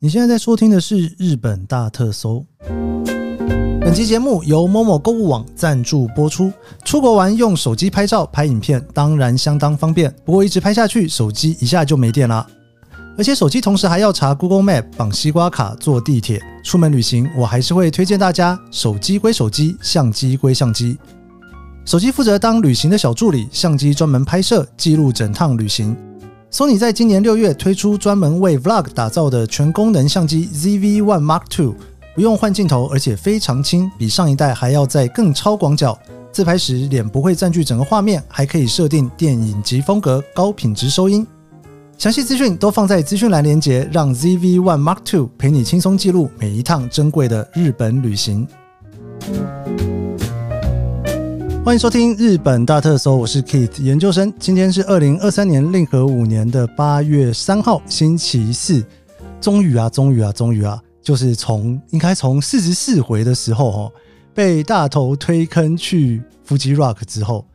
你现在在收听的是《日本大特搜》。本期节目由某某购物网赞助播出。出国玩用手机拍照拍影片，当然相当方便。不过一直拍下去，手机一下就没电啦。而且手机同时还要查 Google Map、绑西瓜卡、坐地铁。出门旅行，我还是会推荐大家：手机归手机，相机归相机。手机负责当旅行的小助理，相机专门拍摄记录整趟旅行。Sony 在今年六月推出专门为 Vlog 打造的全功能相机 ZV One Mark II，不用换镜头，而且非常轻，比上一代还要再更超广角。自拍时脸不会占据整个画面，还可以设定电影级风格、高品质收音。详细资讯都放在资讯栏连结，让 ZV One Mark II 陪你轻松记录每一趟珍贵的日本旅行。欢迎收听《日本大特搜》，我是 Keith 研究生。今天是二零二三年令和五年的八月三号，星期四。终于啊，终于啊，终于啊，就是从应该从四十四回的时候哦，被大头推坑去腹肌 Rock 之后，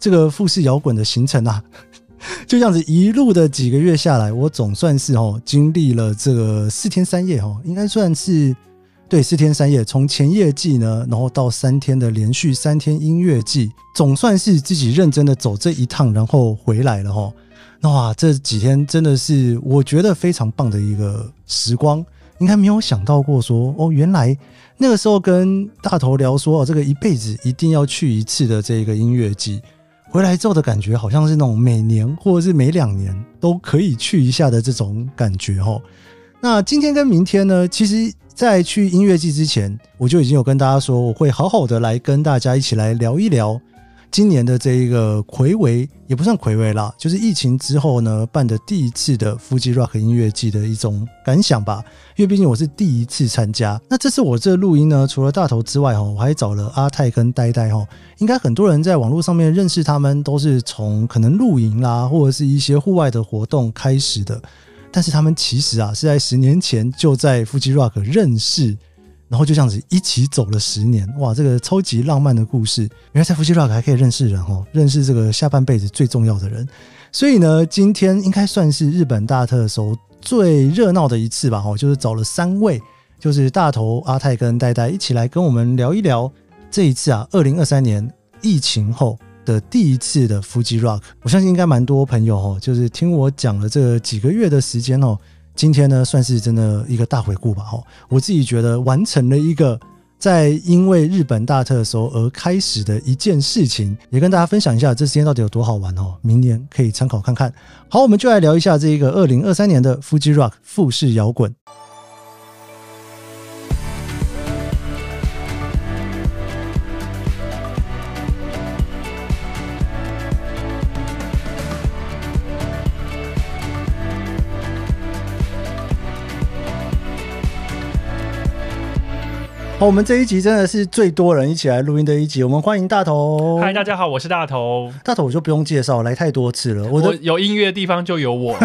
这个富士摇滚的行程啊， 就这样子一路的几个月下来，我总算是哦经历了这个四天三夜哦，应该算是对，四天三夜，从前夜季呢，然后到三天的连续三天音乐季，总算是自己认真的走这一趟，然后回来了哈。那哇，这几天真的是我觉得非常棒的一个时光，应该没有想到过说哦，原来那个时候跟大头聊说哦，这个一辈子一定要去一次的这个音乐季，回来之后的感觉好像是那种每年或者是每两年都可以去一下的这种感觉哦。那今天跟明天呢，其实在去音乐季之前，我就已经有跟大家说，我会好好的来跟大家一起来聊一聊今年的这一个魁违，也不算魁违啦，就是疫情之后呢办的第一次的夫妻 rock 音乐季的一种感想吧。因为毕竟我是第一次参加，那这次我这录音呢，除了大头之外哈，我还找了阿泰跟呆呆哈，应该很多人在网络上面认识他们，都是从可能露营啦，或者是一些户外的活动开始的。但是他们其实啊是在十年前就在夫妻 Rock 认识，然后就这样子一起走了十年，哇，这个超级浪漫的故事。原来在夫妻 Rock 还可以认识人哦，认识这个下半辈子最重要的人。所以呢，今天应该算是日本大特搜最热闹的一次吧，哦，就是找了三位，就是大头、阿泰跟呆呆一起来跟我们聊一聊这一次啊，二零二三年疫情后。的第一次的 Fuji Rock，我相信应该蛮多朋友哦，就是听我讲了这几个月的时间哦，今天呢算是真的一个大回顾吧哦，我自己觉得完成了一个在因为日本大特搜而开始的一件事情，也跟大家分享一下这时间到底有多好玩哦，明年可以参考看看。好，我们就来聊一下这一个二零二三年的 Fuji Rock 富士摇滚。好，我们这一集真的是最多人一起来录音的一集，我们欢迎大头。嗨，大家好，我是大头。大头我就不用介绍，来太多次了。我我的有音乐的地方就 有我，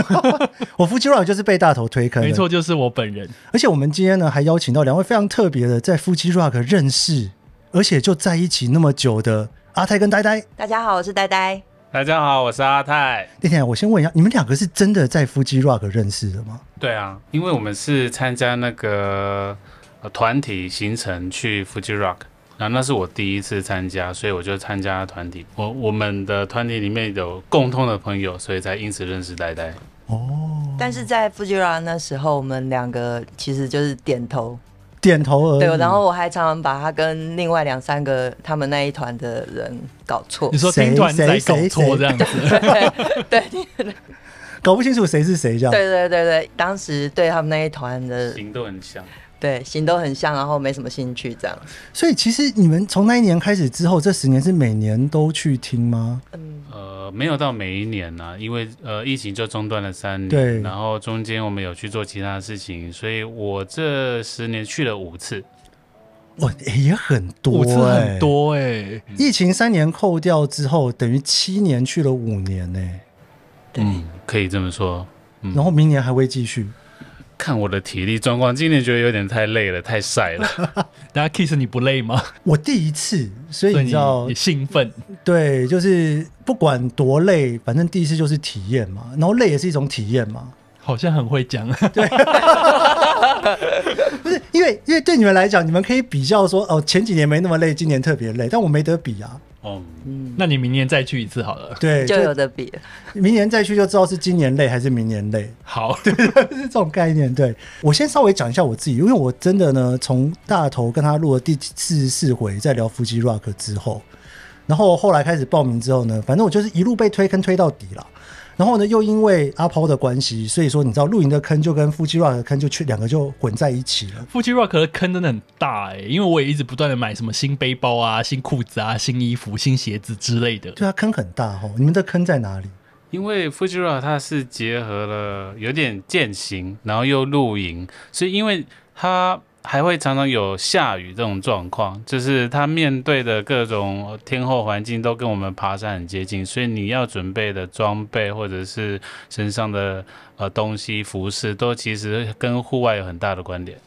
我夫妻 rock 就是被大头推坑的，没错，就是我本人。而且我们今天呢，还邀请到两位非常特别的，在夫妻 Rock 认识，而且就在一起那么久的阿泰跟呆呆。大家好，我是呆呆。大家好，我是阿泰。那天啊我先问一下，你们两个是真的在夫妻 Rock 认识的吗？对啊，因为我们是参加那个呃团体行程去 Fuji Rock，然后那是我第一次参加，所以我就参加团体。我我们的团体里面有共同的朋友，所以才因此认识呆呆。哦但是在 Fujira 那时候，我们两个其实就是点头，点头而已。对，然后我还常常把他跟另外两三个他们那一团的人搞错你，说谁听团仔搞谁谁错这样子，对对搞不清楚谁是谁这样。对对对，当时对他们那一团的行动很像，对行都很像，然后没什么兴趣这样，所以其实你们从那一年开始之后，这十年是每年都去听吗？嗯，呃，没有到每一年呐、因为呃疫情就中断了三年，对然后中间我们有去做其他事情，所以我这十年去了五次。哇，诶也很多、五次很诶。多哎、疫情三年扣掉之后，等于七年去了五年呢、对，嗯，可以这么说。嗯然后明年还会继续。看我的体力状况，今年觉得有点太累了，太晒了。大家 kiss 你不累吗？我第一次，所以所以你知道你你兴奋，对，就是不管多累，反正第一次 就是体验嘛，然后累也是一种体验嘛。好像很会讲。对你们来讲，你们可以比较说，哦，前几年没那么累，今年特别累，但我没得比啊。哦，嗯，那你明年再去一次好了。对，就就有的比了。明年再去就知道是今年累还是明年累。好，是这种概念。对我先稍微讲一下我自己，因为我真的呢，从大头跟他录了第四十四回，在聊夫妻 rock 之后，然后后来开始报名之后呢，反正我就是一路被推坑推到底了。然后呢，又因为阿抛的关系，所以说你知道露营的坑就跟夫妻 rock 的坑就去两个就混在一起了。夫妻 Rock 的坑真的很大哎、因为我也一直不断的买什么新背包啊、新裤子啊、新衣服、新鞋子之类的。对啊，坑很大哦。你们的坑在哪里？因为 Fujira 它是结合了有点践行，然后又露营，所以因为它还会常常有下雨这种状况，就是它面对的各种天候环境都跟我们爬山很接近，所以你要准备的装备或者是身上的呃东西服饰，都其实跟户外有很大的关联。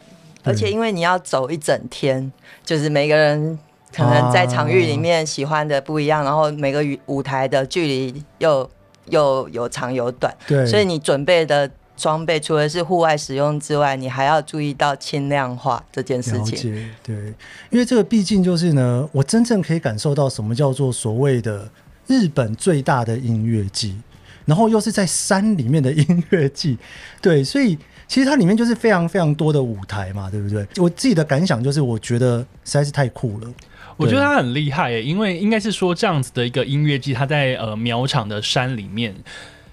对而且因为你要走一整天，就是每个人可能在场域里面喜欢的不一样，然后每个舞舞台的距离又又有长有短，对，所以你准备的装备除了是户外使用之外，你还要注意到轻量化这件事了情。解，对，因为这个毕竟就是呢，我真正可以感受到什么叫做所谓的日本最大的音乐季，然后又是在山里面的音乐季，对，所以其实它里面就是非常非常多的舞台嘛，对不对？我自己的感想就是，我觉得实在是太酷了，我觉得他很厉害耶，因为应该是说这样子的一个音乐季，它在呃苗场的山里面，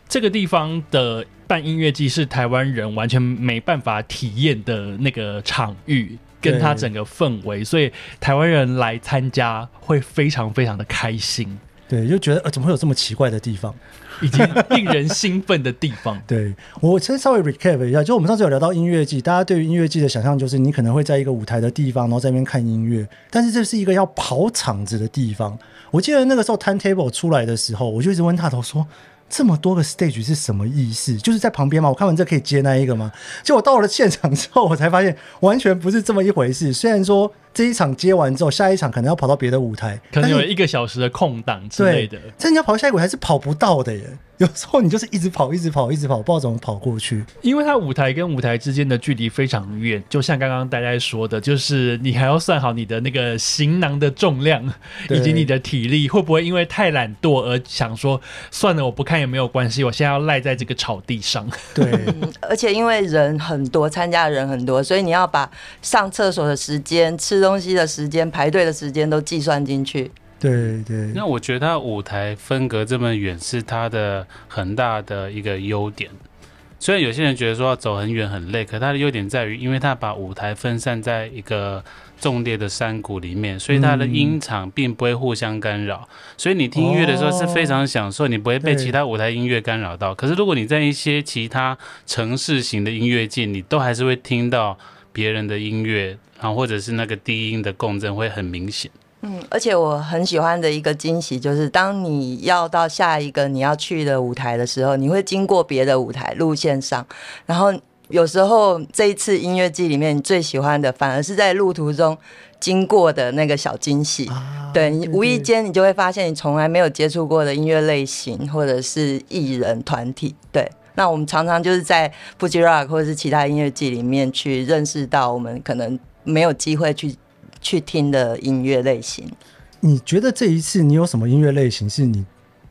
这个地方的办音乐季是台湾人完全没办法体验的那个场域。跟它对整个氛围，所以台湾人来参加会非常非常的开心，对，就觉得呃，怎么会有这么奇怪的地方？。以及令人兴奋的地方对我先稍微 recap 一下，就我们上次有聊到音乐季，大家对于音乐季的想象就是你可能会在一个舞台的地方，然后在那边看音乐，但是这是一个要跑场子的地方。我记得那个时候 timetable 出来的时候，我就一直问大头说。这么多个 stage 是什么意思？就是在旁边嘛，我看完这可以接那一个吗？结果到了现场之后，我才发现完全不是这么一回事。虽然说这一场接完之后，下一场可能要跑到别的舞台，可但能是有一个小时的空档之类的，但你要跑下一个舞台是跑不到的耶。 有时候你就是一直跑，一直跑，一直跑，不知道怎么跑过去。因为它舞台跟舞台之间的距离非常远，就像刚刚大家说的，就是你还要算好你的那个行囊的重量，对以及你的体力会不会因为太懒惰而想说算了，我不看也没有关系，我现在要赖在这个草地上。 对，嗯而且因为人很多，参加的人很多，所以你要把上厕所的时间、吃东西的时间、排队的时间都计算进去。对对那我觉得它舞台分隔这么远是它的很大的一个优点。虽然有些人觉得说要走很远很累，可它的优点在于，因为它把舞台分散在一个纵裂的山谷里面，所以它的音场并不会互相干扰。所以你听音乐的时候是非常享受，你不会被哦对其他舞台音乐干扰到。可是如果你在一些其他城市型的音乐季，你都还是会听到别人的音乐，然后或者是那个低音的共振会很明显。嗯，而且我很喜欢的一个惊喜就是，当你要到下一个你要去的舞台的时候，你会经过别的舞台路线上，然后有时候这一次音乐季里面你最喜欢的，反而是在路途中经过的那个小惊喜。啊对你无意间，你就会发现你从来没有接触过的音乐类型，或者是艺人团体。对，那我们常常就是在 Fuji Rock 或者是其他音乐季里面去认识到我们可能没有机会去去听的音乐类型。你觉得这一次你有什么音乐类型是你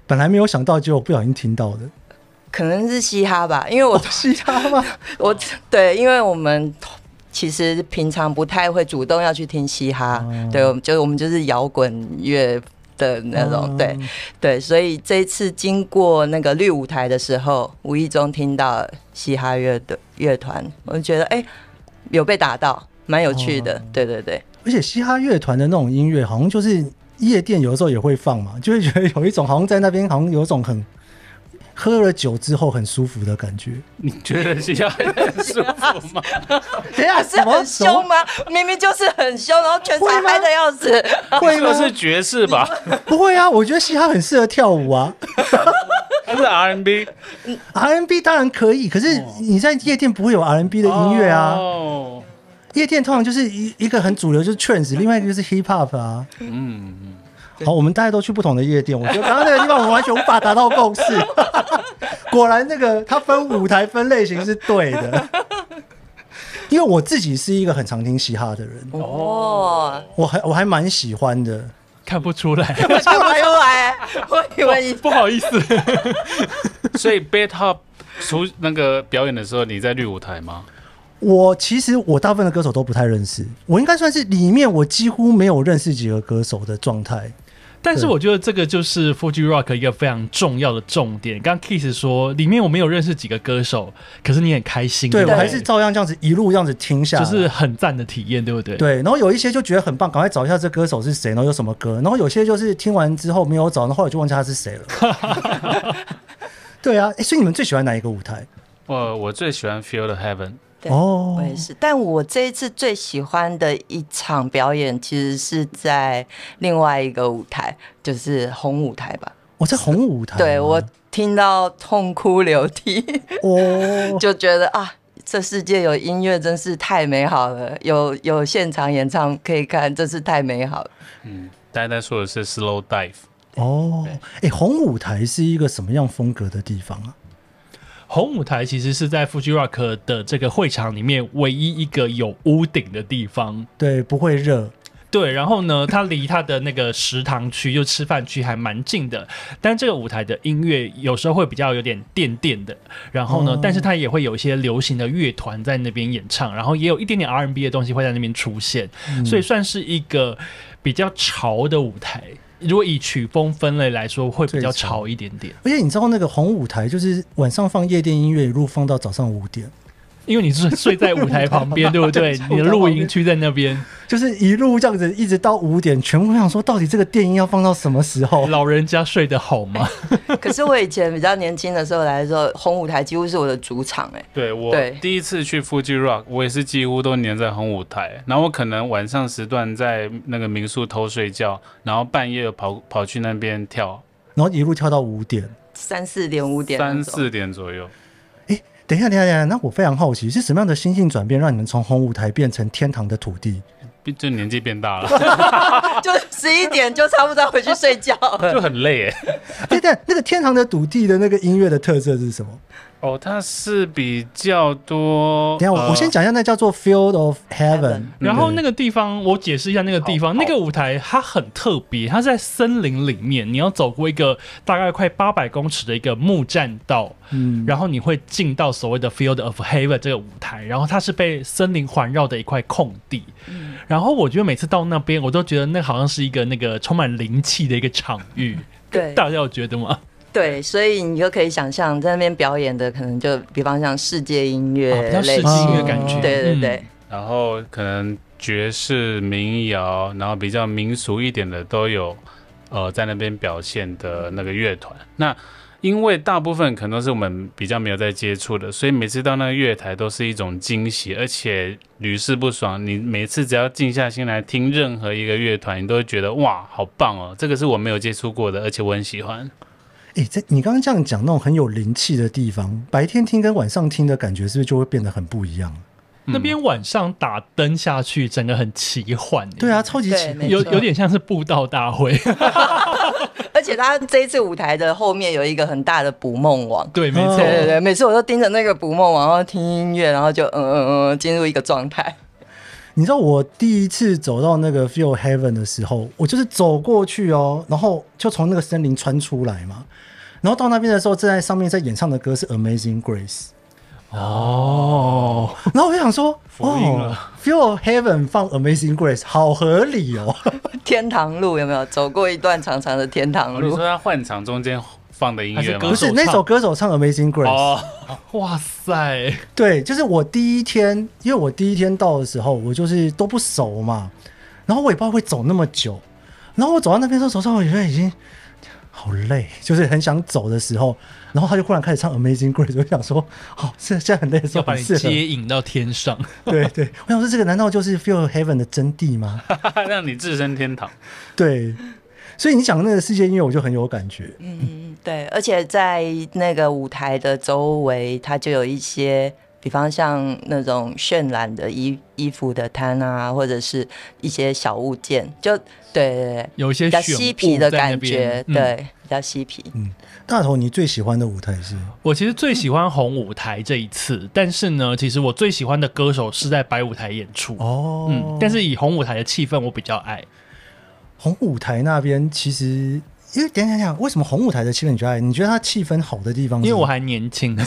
本来没有想到，结果不小心听到的？哦可能是嘻哈吧，因为我、嘻哈 吗？我对，因为我们其实平常不太会主动要去听嘻哈，哦对，我们就我们就是摇滚乐的那种，哦对对，所以这一次经过那个绿舞台的时候，无意中听到嘻哈乐的乐团，我就觉得哎、有被打到，蛮有趣的，哦对对对。而且嘻哈乐团的那种音乐，好像就是夜店有的时候也会放嘛， 就会觉得有一种好像在那边好像有一种很喝了酒之后很舒服的感觉。 你觉得是要很舒服吗？等一下，是什么很什么凶吗？明明就是很凶，然后全会场吗嗨的要死。会这个吗？是爵士吧？不会啊，我觉得嘻哈很适合跳舞啊。它是 R&B R&B 当然可以，可是你在夜店不会有 R&B 的音乐啊。哦，夜店通常就是一一个很主流就是 trance，另外一个就是 hip hop 啊。嗯，好，我们大家都去不同的夜店，我觉得刚刚那个地方我们完全无法达到共 识。果然，那个它分舞台分类型是对的。因为我自己是一个很常听嘻哈的人， 哦哦，我还我还蛮喜欢的。看不出来，我 看不出来，我以为哦你不好意思，所以 b e t o p 出那个表演的时候，你在绿舞台吗？我其实我大部分的歌手都不太认识，我应该算是里面我几乎没有认识几个歌手的状态。 但是我觉得这个就是 Fuji Rock 一个非常重要的重点。刚刚 Kiss 说，里面我没有认识几个歌手，可是你很开嗯心，对不我还是照样这样子一路这样子听下来，就是很赞的体验，对不对？，对，然后有一些就觉得很棒，赶快找一下这歌手是谁，然后有什么歌，然后有些就是听完之后没有找，然后后来就忘记他是谁了。 对啊，诶所以你们最喜欢哪一个舞台？呃，我最喜欢 Feel the Heaven。对哦我也是，但我这一次最喜欢的一场表演，其实是在另外一个舞台，就是红舞台吧。我在红舞台吗。对我听到痛哭流涕， 哦，就觉得啊，这世界有音乐真是太美好了，有有现场演唱可以看，真是太美好了。嗯，呆呆说的是 Slow Dive。哦，哎，红舞台是一个什么样风格的地方啊？红舞台其实是在 Fuji Rock 的这个会场里面唯一一个有屋顶的地方。对，不会热。对，然后呢，它离它的那个食堂区就吃饭区还蛮近的，但这个舞台的音乐有时候会比较有点垫垫的，然后呢，哦但是它也会有一些流行的乐团在那边演唱，然后也有一点点 R&B 的东西会在那边出现，嗯所以算是一个比较潮的舞台。如果以曲风分类来说，会比较最潮潮一点点，而且你知道那个红舞台就是晚上放夜店音乐，一路放到早上五点，因为你是睡在舞台旁边，对不 对？你的露营区在那边，就是一路这样子一直到五点，全部想说到底这个电音要放到什么时哦候？老人家睡得好 吗？可是我以前比较年轻的时候来的时候，红舞台几乎是我的主场哎、对我对第一次去 Fuji Rock，我也是几乎都黏在红舞台，然后我可能晚上时段在那个民宿偷睡觉，然后半夜跑跑去那边跳，然后一路跳到五点。三四点五点那三种四点左右。等一下，等一下，等一下，那我非常好奇，是什么样的心性转变让你们从红舞台变成天堂的土地？ 毕就年纪变大了， 就十一点就差不多回去睡觉了。就很累哎。对对，那个天堂的土地的那个音乐的特色是什么？哦，它是比较多。等一下，我、呃我先讲一下，那叫做 Field of Heaven 嗯 Heaven。然后那个个地方，我解释一下那个地方，好那个舞台它很特别，它是在森林里面，你要走过一个大概快八百公尺的一个木栈道，嗯，然后你会进到所谓的 Field of Heaven 这个舞台，然后它是被森林环绕的一块空地，嗯然后我觉得每次到那边，我都觉得那好像是一个那个充满灵气的一个场域，对大家有觉得吗？对，所以你就可以想象在那边表演的，可能就比方像世界音乐啊比较类世型纪音音乐乐感觉，对对对嗯，，然后可能爵士、民谣，然后比较民俗一点的都有，呃，在那边表现的那个乐团。那因为大部分可能都是我们比较没有在接触的，所以每次到那个乐台都是一种惊喜，而且屡试不爽。你每次只要静下心来听任何一个乐团，你都会觉得哇，好棒哦！这个是我没有接触过的，而且我很喜欢。诶，这你刚刚这样讲那种很有灵气的地方，白天听跟晚上听的感觉是不是就会变得很不一样？那边晚上打灯下去，整个很奇幻，对。啊，超级对奇没有错有点像是布道大会， 而且他这一次舞台的后面有一个很大的捕梦网。对，没错，对对对，每次我都盯着那个捕梦网，然后听音乐，然后就嗯嗯嗯进入一个状态。你知道我第一次走到那个 Feel Heaven 的时候，我就是走过去哦，然后就从那个森林穿出来嘛，然后到那边的时候，正在上面在演唱的歌是 Amazing Grace，哦，然后我就想说，福音哦啊了，Feel Heaven 放 Amazing Grace 好合理哦，天堂路有没有走过一段长长的天堂哦你路说？他换场中间放的音 乐还吗不歌？是手唱那首歌手唱 Amazing Grace，、哦，哇 塞，对，就是我第一天，因为我第一天到的时候，我就是都不熟嘛，然后我也不知道会走那么久，然后我走到那边的时候，手上我觉得已经好累，就是很想走的时候，然后他就忽然开始唱 Amazing Grace，我就想说，哦，现在现在很累啊的时要候把很你适合，接引到天上。 对对，我想说这个难道就是 Feel Heaven 的真谛吗？让你置身天堂。对，所以你讲的那个世界音乐，我就很有感觉，嗯，对，而且在那个舞台的周围，它就有一些，比方像那种渲染的衣衣服的摊啊，或者是一些小物件，就对对对，有一些比较选嬉皮的物在那感边觉，嗯对，比较嬉皮。 大头，你最喜欢的舞台是？我其实最喜欢红舞台这一次，但是呢，其实我最喜欢的歌手是在白舞台演出。哦，嗯，但是以红舞台的气氛，我比较爱。红舞台那边其实，因为等一下等一下，为什么红舞台的气氛你觉得爱？你觉得它气氛好的地方是因什为么？我还年轻。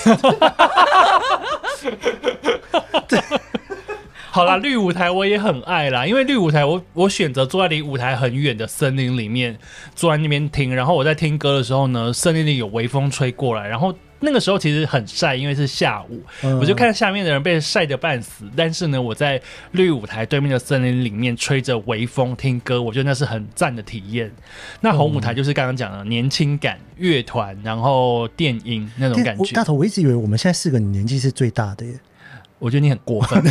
好啦，绿舞台我也很爱啦，因为绿舞台我我选择坐在离舞台很远的森林里面，坐在那边听。然后我在听歌的时候呢，森林里有微风吹过来，然后那个时候其实很晒，因为是下午，嗯我就看下面的人被晒得半死。但是呢，我在绿舞台对面的森林里面吹着微风听歌，我觉得那是很赞的体验。那红舞台就是刚刚讲的年轻感、乐团，然后电音那种对感我觉大。头，我一直以为我们现在四个你年纪是最大的 耶，我觉得你很过分，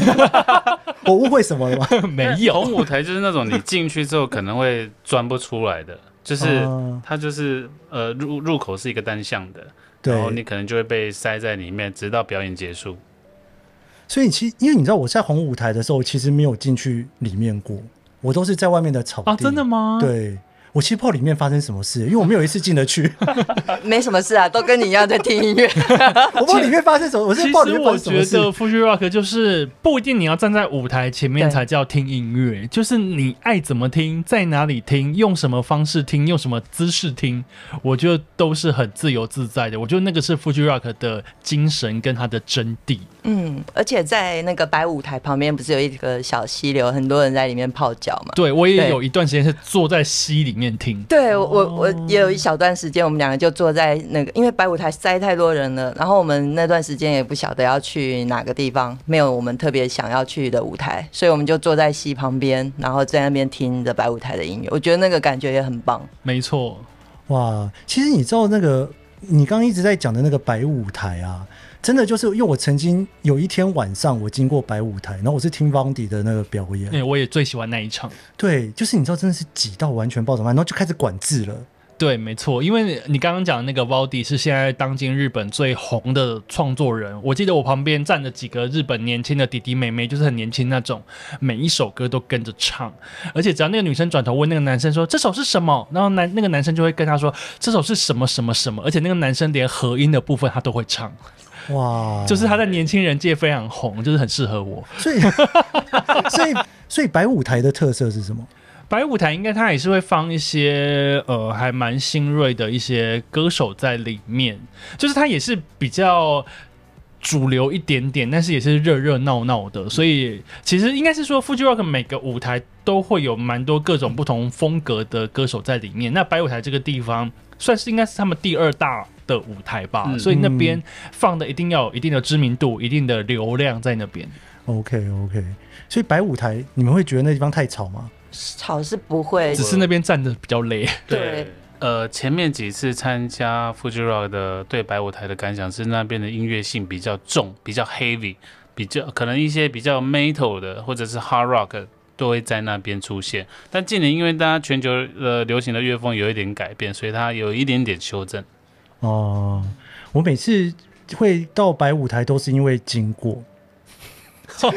我误会什么了 吗？没 红有。舞台就是那种你进去之后可能会钻不出来的，就是哦它就是呃入入口是一个单向的，然哦后你对，可能就会被塞在里面，直到表演结束。所以其实因为你知道我在红舞台的时候，其实没有进去里面过，我都是在外面的草地。啊，真的？吗？，对，我其实不知道里面发生什么事，因为我没有一次进得 去，没什么事啊，都跟你一样在听音乐。我不知道里面发生什么，我是其不知道实里面发我生什么觉得事。 Fuji Rock 就是不一定你要站在舞台前面对才叫听音乐，就是你爱怎么听，在哪里听，用什么方式听，用什么姿势听，我觉得都是很自由自在的。我觉得那个是 Fuji Rock 的精神跟它的真谛。嗯，而且在那个白舞台旁边不是有一个小溪流，很多人在里面泡脚嘛。对我也对有一段时间是坐在溪里面听，对我，我我也有一小段时间，我们两个就坐在那个，因为白舞台塞太多人了，然后我们那段时间也不晓得要去哪个地方，没有我们特别想要去的舞台，所以我们就坐在溪旁边，然后在那边听着白舞台的音乐，我觉得那个感觉也很棒。没错。哇，其实你知道那个你刚刚一直在讲的那个白舞台啊，真的就是因为我曾经有一天晚上我经过白舞台，然后我是听 Vandy 的那个表演，哎、我也最喜欢那一场。对，就是你知道真的是挤到完全爆炸，然后就开始管制了。对，没错，因为你刚刚讲的那个 Valdi 是现在当今日本最红的创作人。我记得我旁边站着几个日本年轻的弟弟妹妹，就是很年轻那种，每一首歌都跟着唱，而且只要那个女生转头问那个男生说这首是什么，然后男那个男生就会跟她说这首是什么什么什么，而且那个男生连合音的部分他都会唱， 哇，就是他在年轻人界非常红，就是很适合我。所以 所以所以白舞台的特色是什么？白舞台应该它也是会放一些呃还蛮新锐的一些歌手在里面，就是它也是比较主流一点点，但是也是热热闹闹的，所以其实应该是说 Fuji Rock 每个舞台都会有蛮多各种不同风格的歌手在里面。那白舞台这个地方算是应该是他们第二大。的舞台吧，嗯所以那边放的一定要有一定的知名度、一定的流量在那边。 OK OK，所以白舞台你们会觉得那地方太吵吗？吵是不会只，是那边站的比较累， 对，呃，前面几次参加 Fuji Rock 的对白舞台的感想是，那边的音乐性比较重，比较 heavy，比较可能一些比较 metal 的或者是 hard rock 都会在那边出现。但近年因为大家全球呃流行的乐风有一点改变，所以它有一点点修正。哦，我每次会到白舞台都是因为经过，所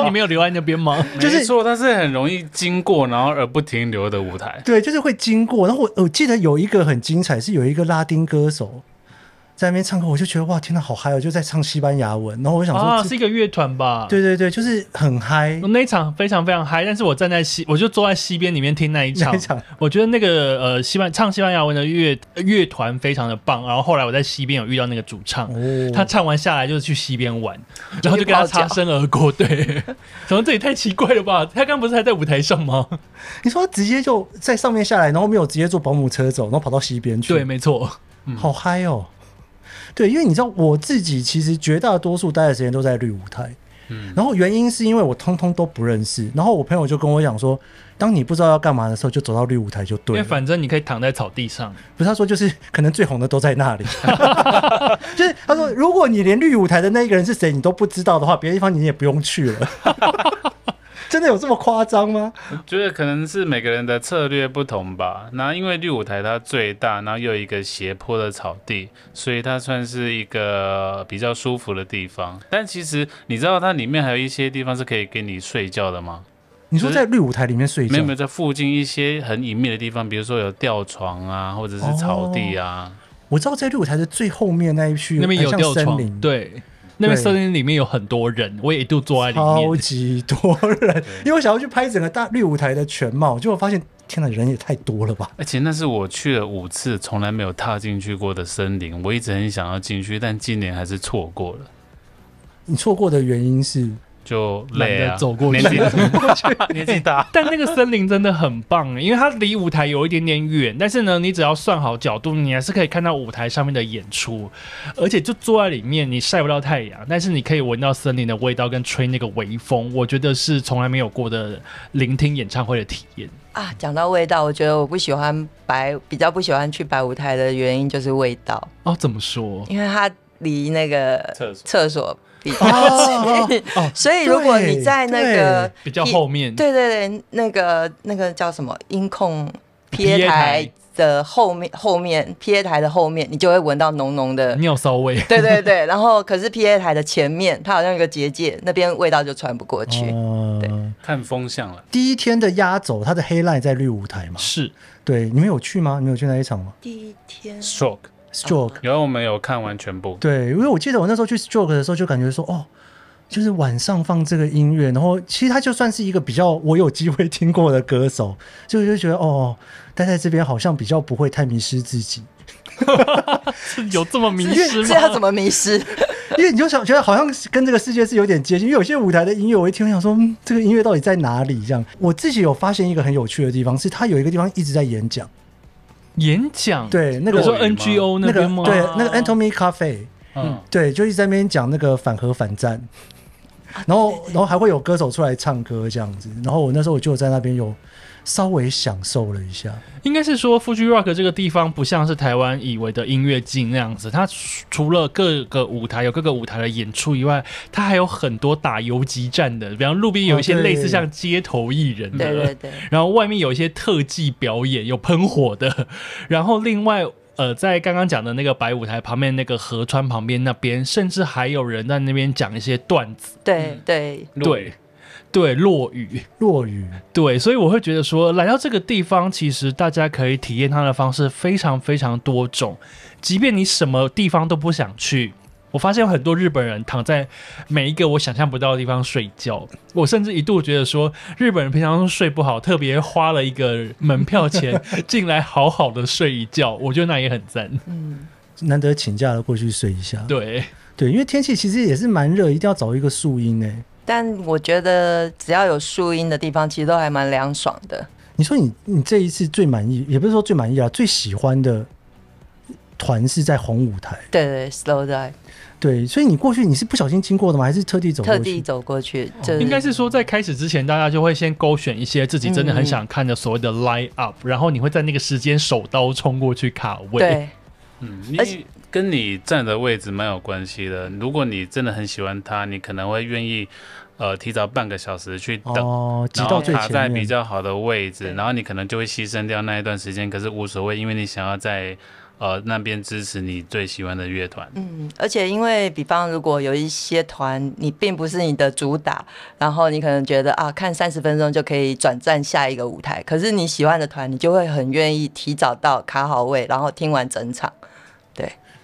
以你没有留在那边吗？就是没错，它是很容易经过然后而不停留的舞台。对，就是会经过。然后我我记得有一个很精彩，是有一个拉丁歌手在那边唱歌，我就觉得哇，天哪，好嗨哦！就在唱西班牙文，然后我就想啊，说是这，一个乐团吧？对对对，就是很嗨 我。那一场非常非常嗨，但是我站在西，我就坐在西边里面听那一场。那一场我觉得那个呃，西班唱西班牙文的乐乐团非常的棒。然后后来我在西边有遇到那个主唱，哦他唱完下来就是去西边玩，然后就跟他擦身而 过。对，怎么这也太奇怪了吧？他刚不是还在舞台上吗？你说直接就在上面下来，然后没有直接坐保姆车走，然后跑到西边去，对，嗯没错。好嗨哦！对，因为你知道我自己其实绝大多数待的时间都在绿舞台，嗯，然后原因是因为我通通都不认识，然后我朋友就跟我讲说，当你不知道要干嘛的时候，就走到绿舞台就因对为了。反正你可以躺在草地上，不是他说就是可能最红的都在那里， 就是他说如果你连绿舞台的那一个人是谁你都不知道的话，别的地方你也不用去了。 真的有这么夸张吗？觉得可能是每个人的策略不同吧。那因为绿舞台它最大，然后又有一个斜坡的草地，所以它算是一个比较舒服的地方。但其实你知道它里面还有一些地方是可以给你睡觉的吗？你说在绿舞台里面睡觉？没有没有，在附近一些很隐秘的地方，比如说有吊床啊，或者是草地啊。我知道在绿舞台的最后面那一区，那边有很像吊森床，林，，对，那边森林里面有很多人，我也一度坐在里超面。级多人。因为我想要去拍整个大绿舞台的全貌，结果发现，天哪，人也太多了吧！而且那是我去了五次，从来没有踏进去过的森林，我一直很想要进去，但今年还是错过了，你错过的原因是，就累懒啊，得走过去年纪 年纪大，但那个森林真的很棒，欸 因为它离舞台有一点点远，但是呢，你只要算好角度，你还是可以看到舞台上面的演出，而且就坐在里面，你晒不到太阳，但是你可以闻到森林的味道跟吹那个微风，我觉得是从来没有过的聆听演唱会的体验。啊，讲到味道，我觉得我不喜欢白，比较不喜欢去白舞台的原因就是味道，哦，怎么说？因为它离那个厕所厕所比较 哦近，哦所以如果你在那个比较后面，对对对，那个那个叫什么音控 PA 撇台台的后面后面 P A 台的后面，你就会闻到浓浓的。尿骚味。 对对对， 然后可是 P A 台的前面，它好像有个结界，那边味道就传不过去。对呃，看风向了。第一天的压轴，它的黑赖在绿舞台嘛？是，对，你们有去吗？你们有去那一场吗第一天 Stroke，嗯？Stroke，然后我们有看完全部，对，因为我记得我那时候去 Stroke 的时候，就感觉说，哦，就是晚上放这个音乐，然后其实他就算是一个比较我有机会听过的歌手， 所以我就觉得，哦，待在这边好像比较不会太迷失自己，是有这么迷失 吗？这要怎么迷失？因为你就想觉得好像是跟这个世界是有点接近，因为有些舞台的音乐，我一听我想说、嗯这个音乐到底在哪里？这样，我自己有发现一个很有趣的地方，是他有一个地方一直在演讲，演讲？，对，那那个个说落语吗 NGO 那那个边吗？对那个 Antomy Cafe，嗯，对，就一直在那边讲那个反核反战，啊然后然后还会有歌手出来唱歌这样子，然后我那时候我就在那边有稍微享受了一下，应该是说，Fuji Rock 这个地方不像是台湾以为的音乐季那样子，它除了各个舞台有各个舞台的演出以外，它还有很多打游击战的，比方路边有一些哦对类似像街头艺人的，对对对，然后外面有一些特技表演，有喷火的， 然后另外。呃，在刚刚讲的那个白舞台旁边那个河川旁边那边，甚至还有人在那边讲一些段子，对对，落雨对，对，落雨，落雨对，所以我会觉得说，来到这个地方，其实大家可以体验它的方式非常非常多种。即便你什么地方都不想去，我发现有很多日本人躺在每一个我想象不到的地方睡觉。我甚至一度觉得说，日本人平常睡不好，特别花了一个门票钱 进来好好的睡一觉，我觉得那也很赞。嗯，难得请假了过去睡一下，对，对，因为天气其实也是蛮热，一定要找一个树荫欸诶、但我觉得只要有树荫的地方，其实都还蛮凉爽的。你说你你这一次最满意，也不是说最满意啊，最喜欢的团是在红舞台，对对，slow dive，对，所以你过去你是不小心经过的吗？还是特地走过特去？地走过去，就哦应该是说在开始之前，大家就会先勾选一些自己真的很想看的所谓的 line up，、然后你会在那个时间手刀冲过去卡位。对嗯，而你且跟你站的位置蛮有关系的。如果你真的很喜欢他，你可能会愿意，呃，提早半个小时去等，哦，挤然到后最卡在前比面。较好的位对置，然后你可能就会牺牲掉那一段时间，可是无所谓，因为你想要在呃那边支持你最喜欢的乐团。嗯，而且因为比方如果有一些团你并不是你的主打，然后你可能觉得啊看三十分钟就可以转战下一个舞台，可是你喜欢的团你就会很愿意提早到卡好位，然后听完整场。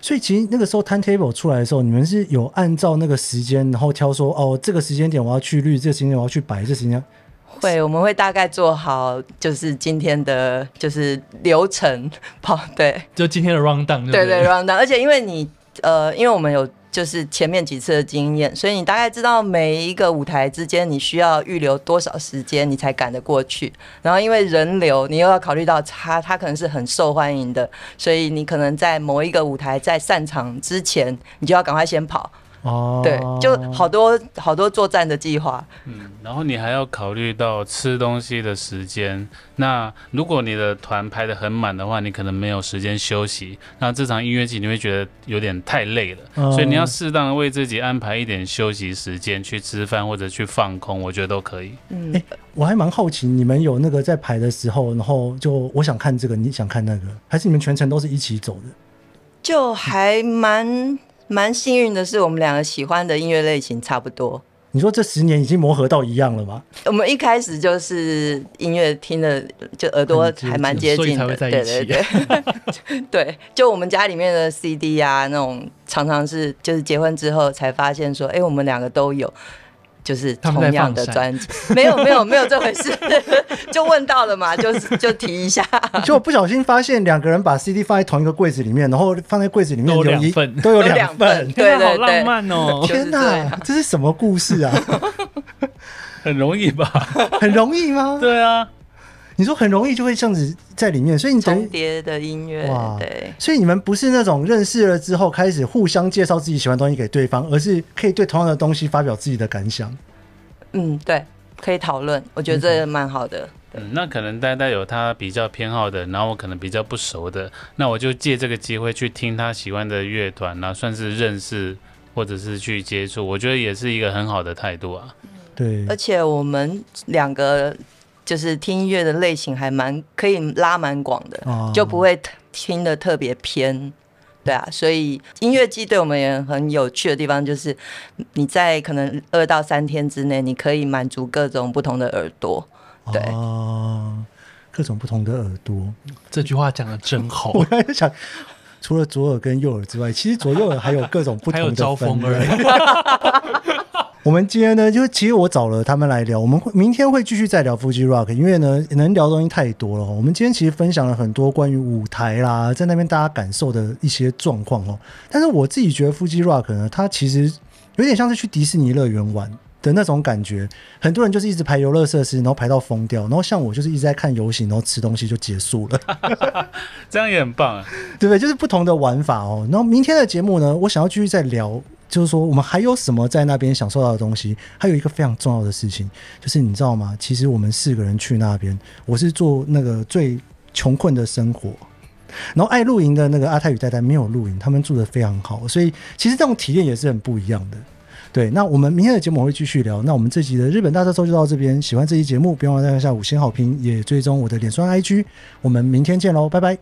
所以其实那个时候 timetable 出来的时候，你们是有按照那个时间，然后挑说哦，这个时间点我要去绿，这个时间点我要去白，这个时间会，我们会大概做好就是今天的就是流程 跑对。就今天的 round down，对对对不 round down，而且因为你呃，因为我们有就是前面几次的经验，所以你大概知道每一个舞台之间你需要预留多少时间，你才赶得过去。然后因为人流，你又要考虑到他他可能是很受欢迎的，所以你可能在某一个舞台在散场之前，你就要赶快先跑。哦，对，就好多好多作战的计划。嗯，然后你还要考虑到吃东西的时间。那如果你的团排得很满的话，你可能没有时间休息。那这场音乐季你会觉得有点太累了，哦嗯所以你要适当的为自己安排一点休息时间，去吃饭或者去放空，我觉得都可以。嗯，我还蛮好奇，你们有那个在排的时候，然后就我想看这个，你想看那个，还是你们全程都是一起走的？就还蛮蛮幸运的是，我们两个喜欢的音乐类型差不多。你说这十年已经磨合到一样了吗？我们一开始就是音乐听的，就耳朵还蛮接近的，很接对近对对，对， 就我们家里面的 CD 啊，那种常常是就是结婚之后才发现说，哎、我们两个都有。就是他们在同样的放闪专辑， 没有没有没有这回事， 就问到了嘛，就是就提一下，就我不小心发现两个人把 CD 放在同一个柜子里面，然后放在柜子里面 都有有两一 份都有有两份。对天啊对好浪对，漫哦，就是天哪，这是什么故事啊？ 很容易吧？很容易 吗？对啊，你说很容易就会这样子在里面，所以你等重于，叠的音乐哇，对，所以你们不是那种认识了之后开始互相介绍自己喜欢的东西给对方，而是可以对同样的东西发表自己的感想。嗯，对，可以讨论，我觉得这蛮好的，嗯，那可能呆呆有他比较偏好的，然后我可能比较不熟的，那我就借这个机会去听他喜欢的乐团然后算是认识或者是去接触，我觉得也是一个很好的态度啊。呃对，而且我们两个就是听音乐的类型还蛮可以拉蛮广的，哦就不会特听的特别偏。对啊，所以音乐季对我们也很有趣的地方就是，你在可能二到三天之内，你可以满足各种不同的耳朵。对哦，各种不同的耳朵。 这句话讲的真好，我还在想，除了左耳跟右耳之外，其实左右耳还有各种不还有同招的风分耳类。。我们今天呢，就其实我找了他们来聊，我们会明天会继续再聊 Fuji Rock，因为呢能聊的东西太多了哦。我们今天其实分享了很多关于舞台啦，在那边大家感受的一些状况哦。但是我自己觉得 Fuji Rock 呢，它其实有点像是去迪士尼乐园玩。的那种感觉，很多人就是一直排游乐设施，然后排到疯掉，然后像我就是一直在看游行，然后吃东西就结束了。这样也很棒、啊。对不对？就是不同的玩法哦。然后明天的节目呢，我想要继续再聊，就是说我们还有什么在那边享受到的东西。还有一个非常重要的事情，就是你知道吗？其实我们四个人去那边，我是做那个最穷困的生活。然后爱露营的那个阿泰与呆呆没有露营，他们住的非常好，所以其实这种体验也是很不一样的。对，那我们明天的节目我会继续聊。那我们这集的日本大特搜就到这边，喜欢这期节目，别忘了按下五星好评，也追踪我的脸书和 IG。我们明天见喽，拜拜。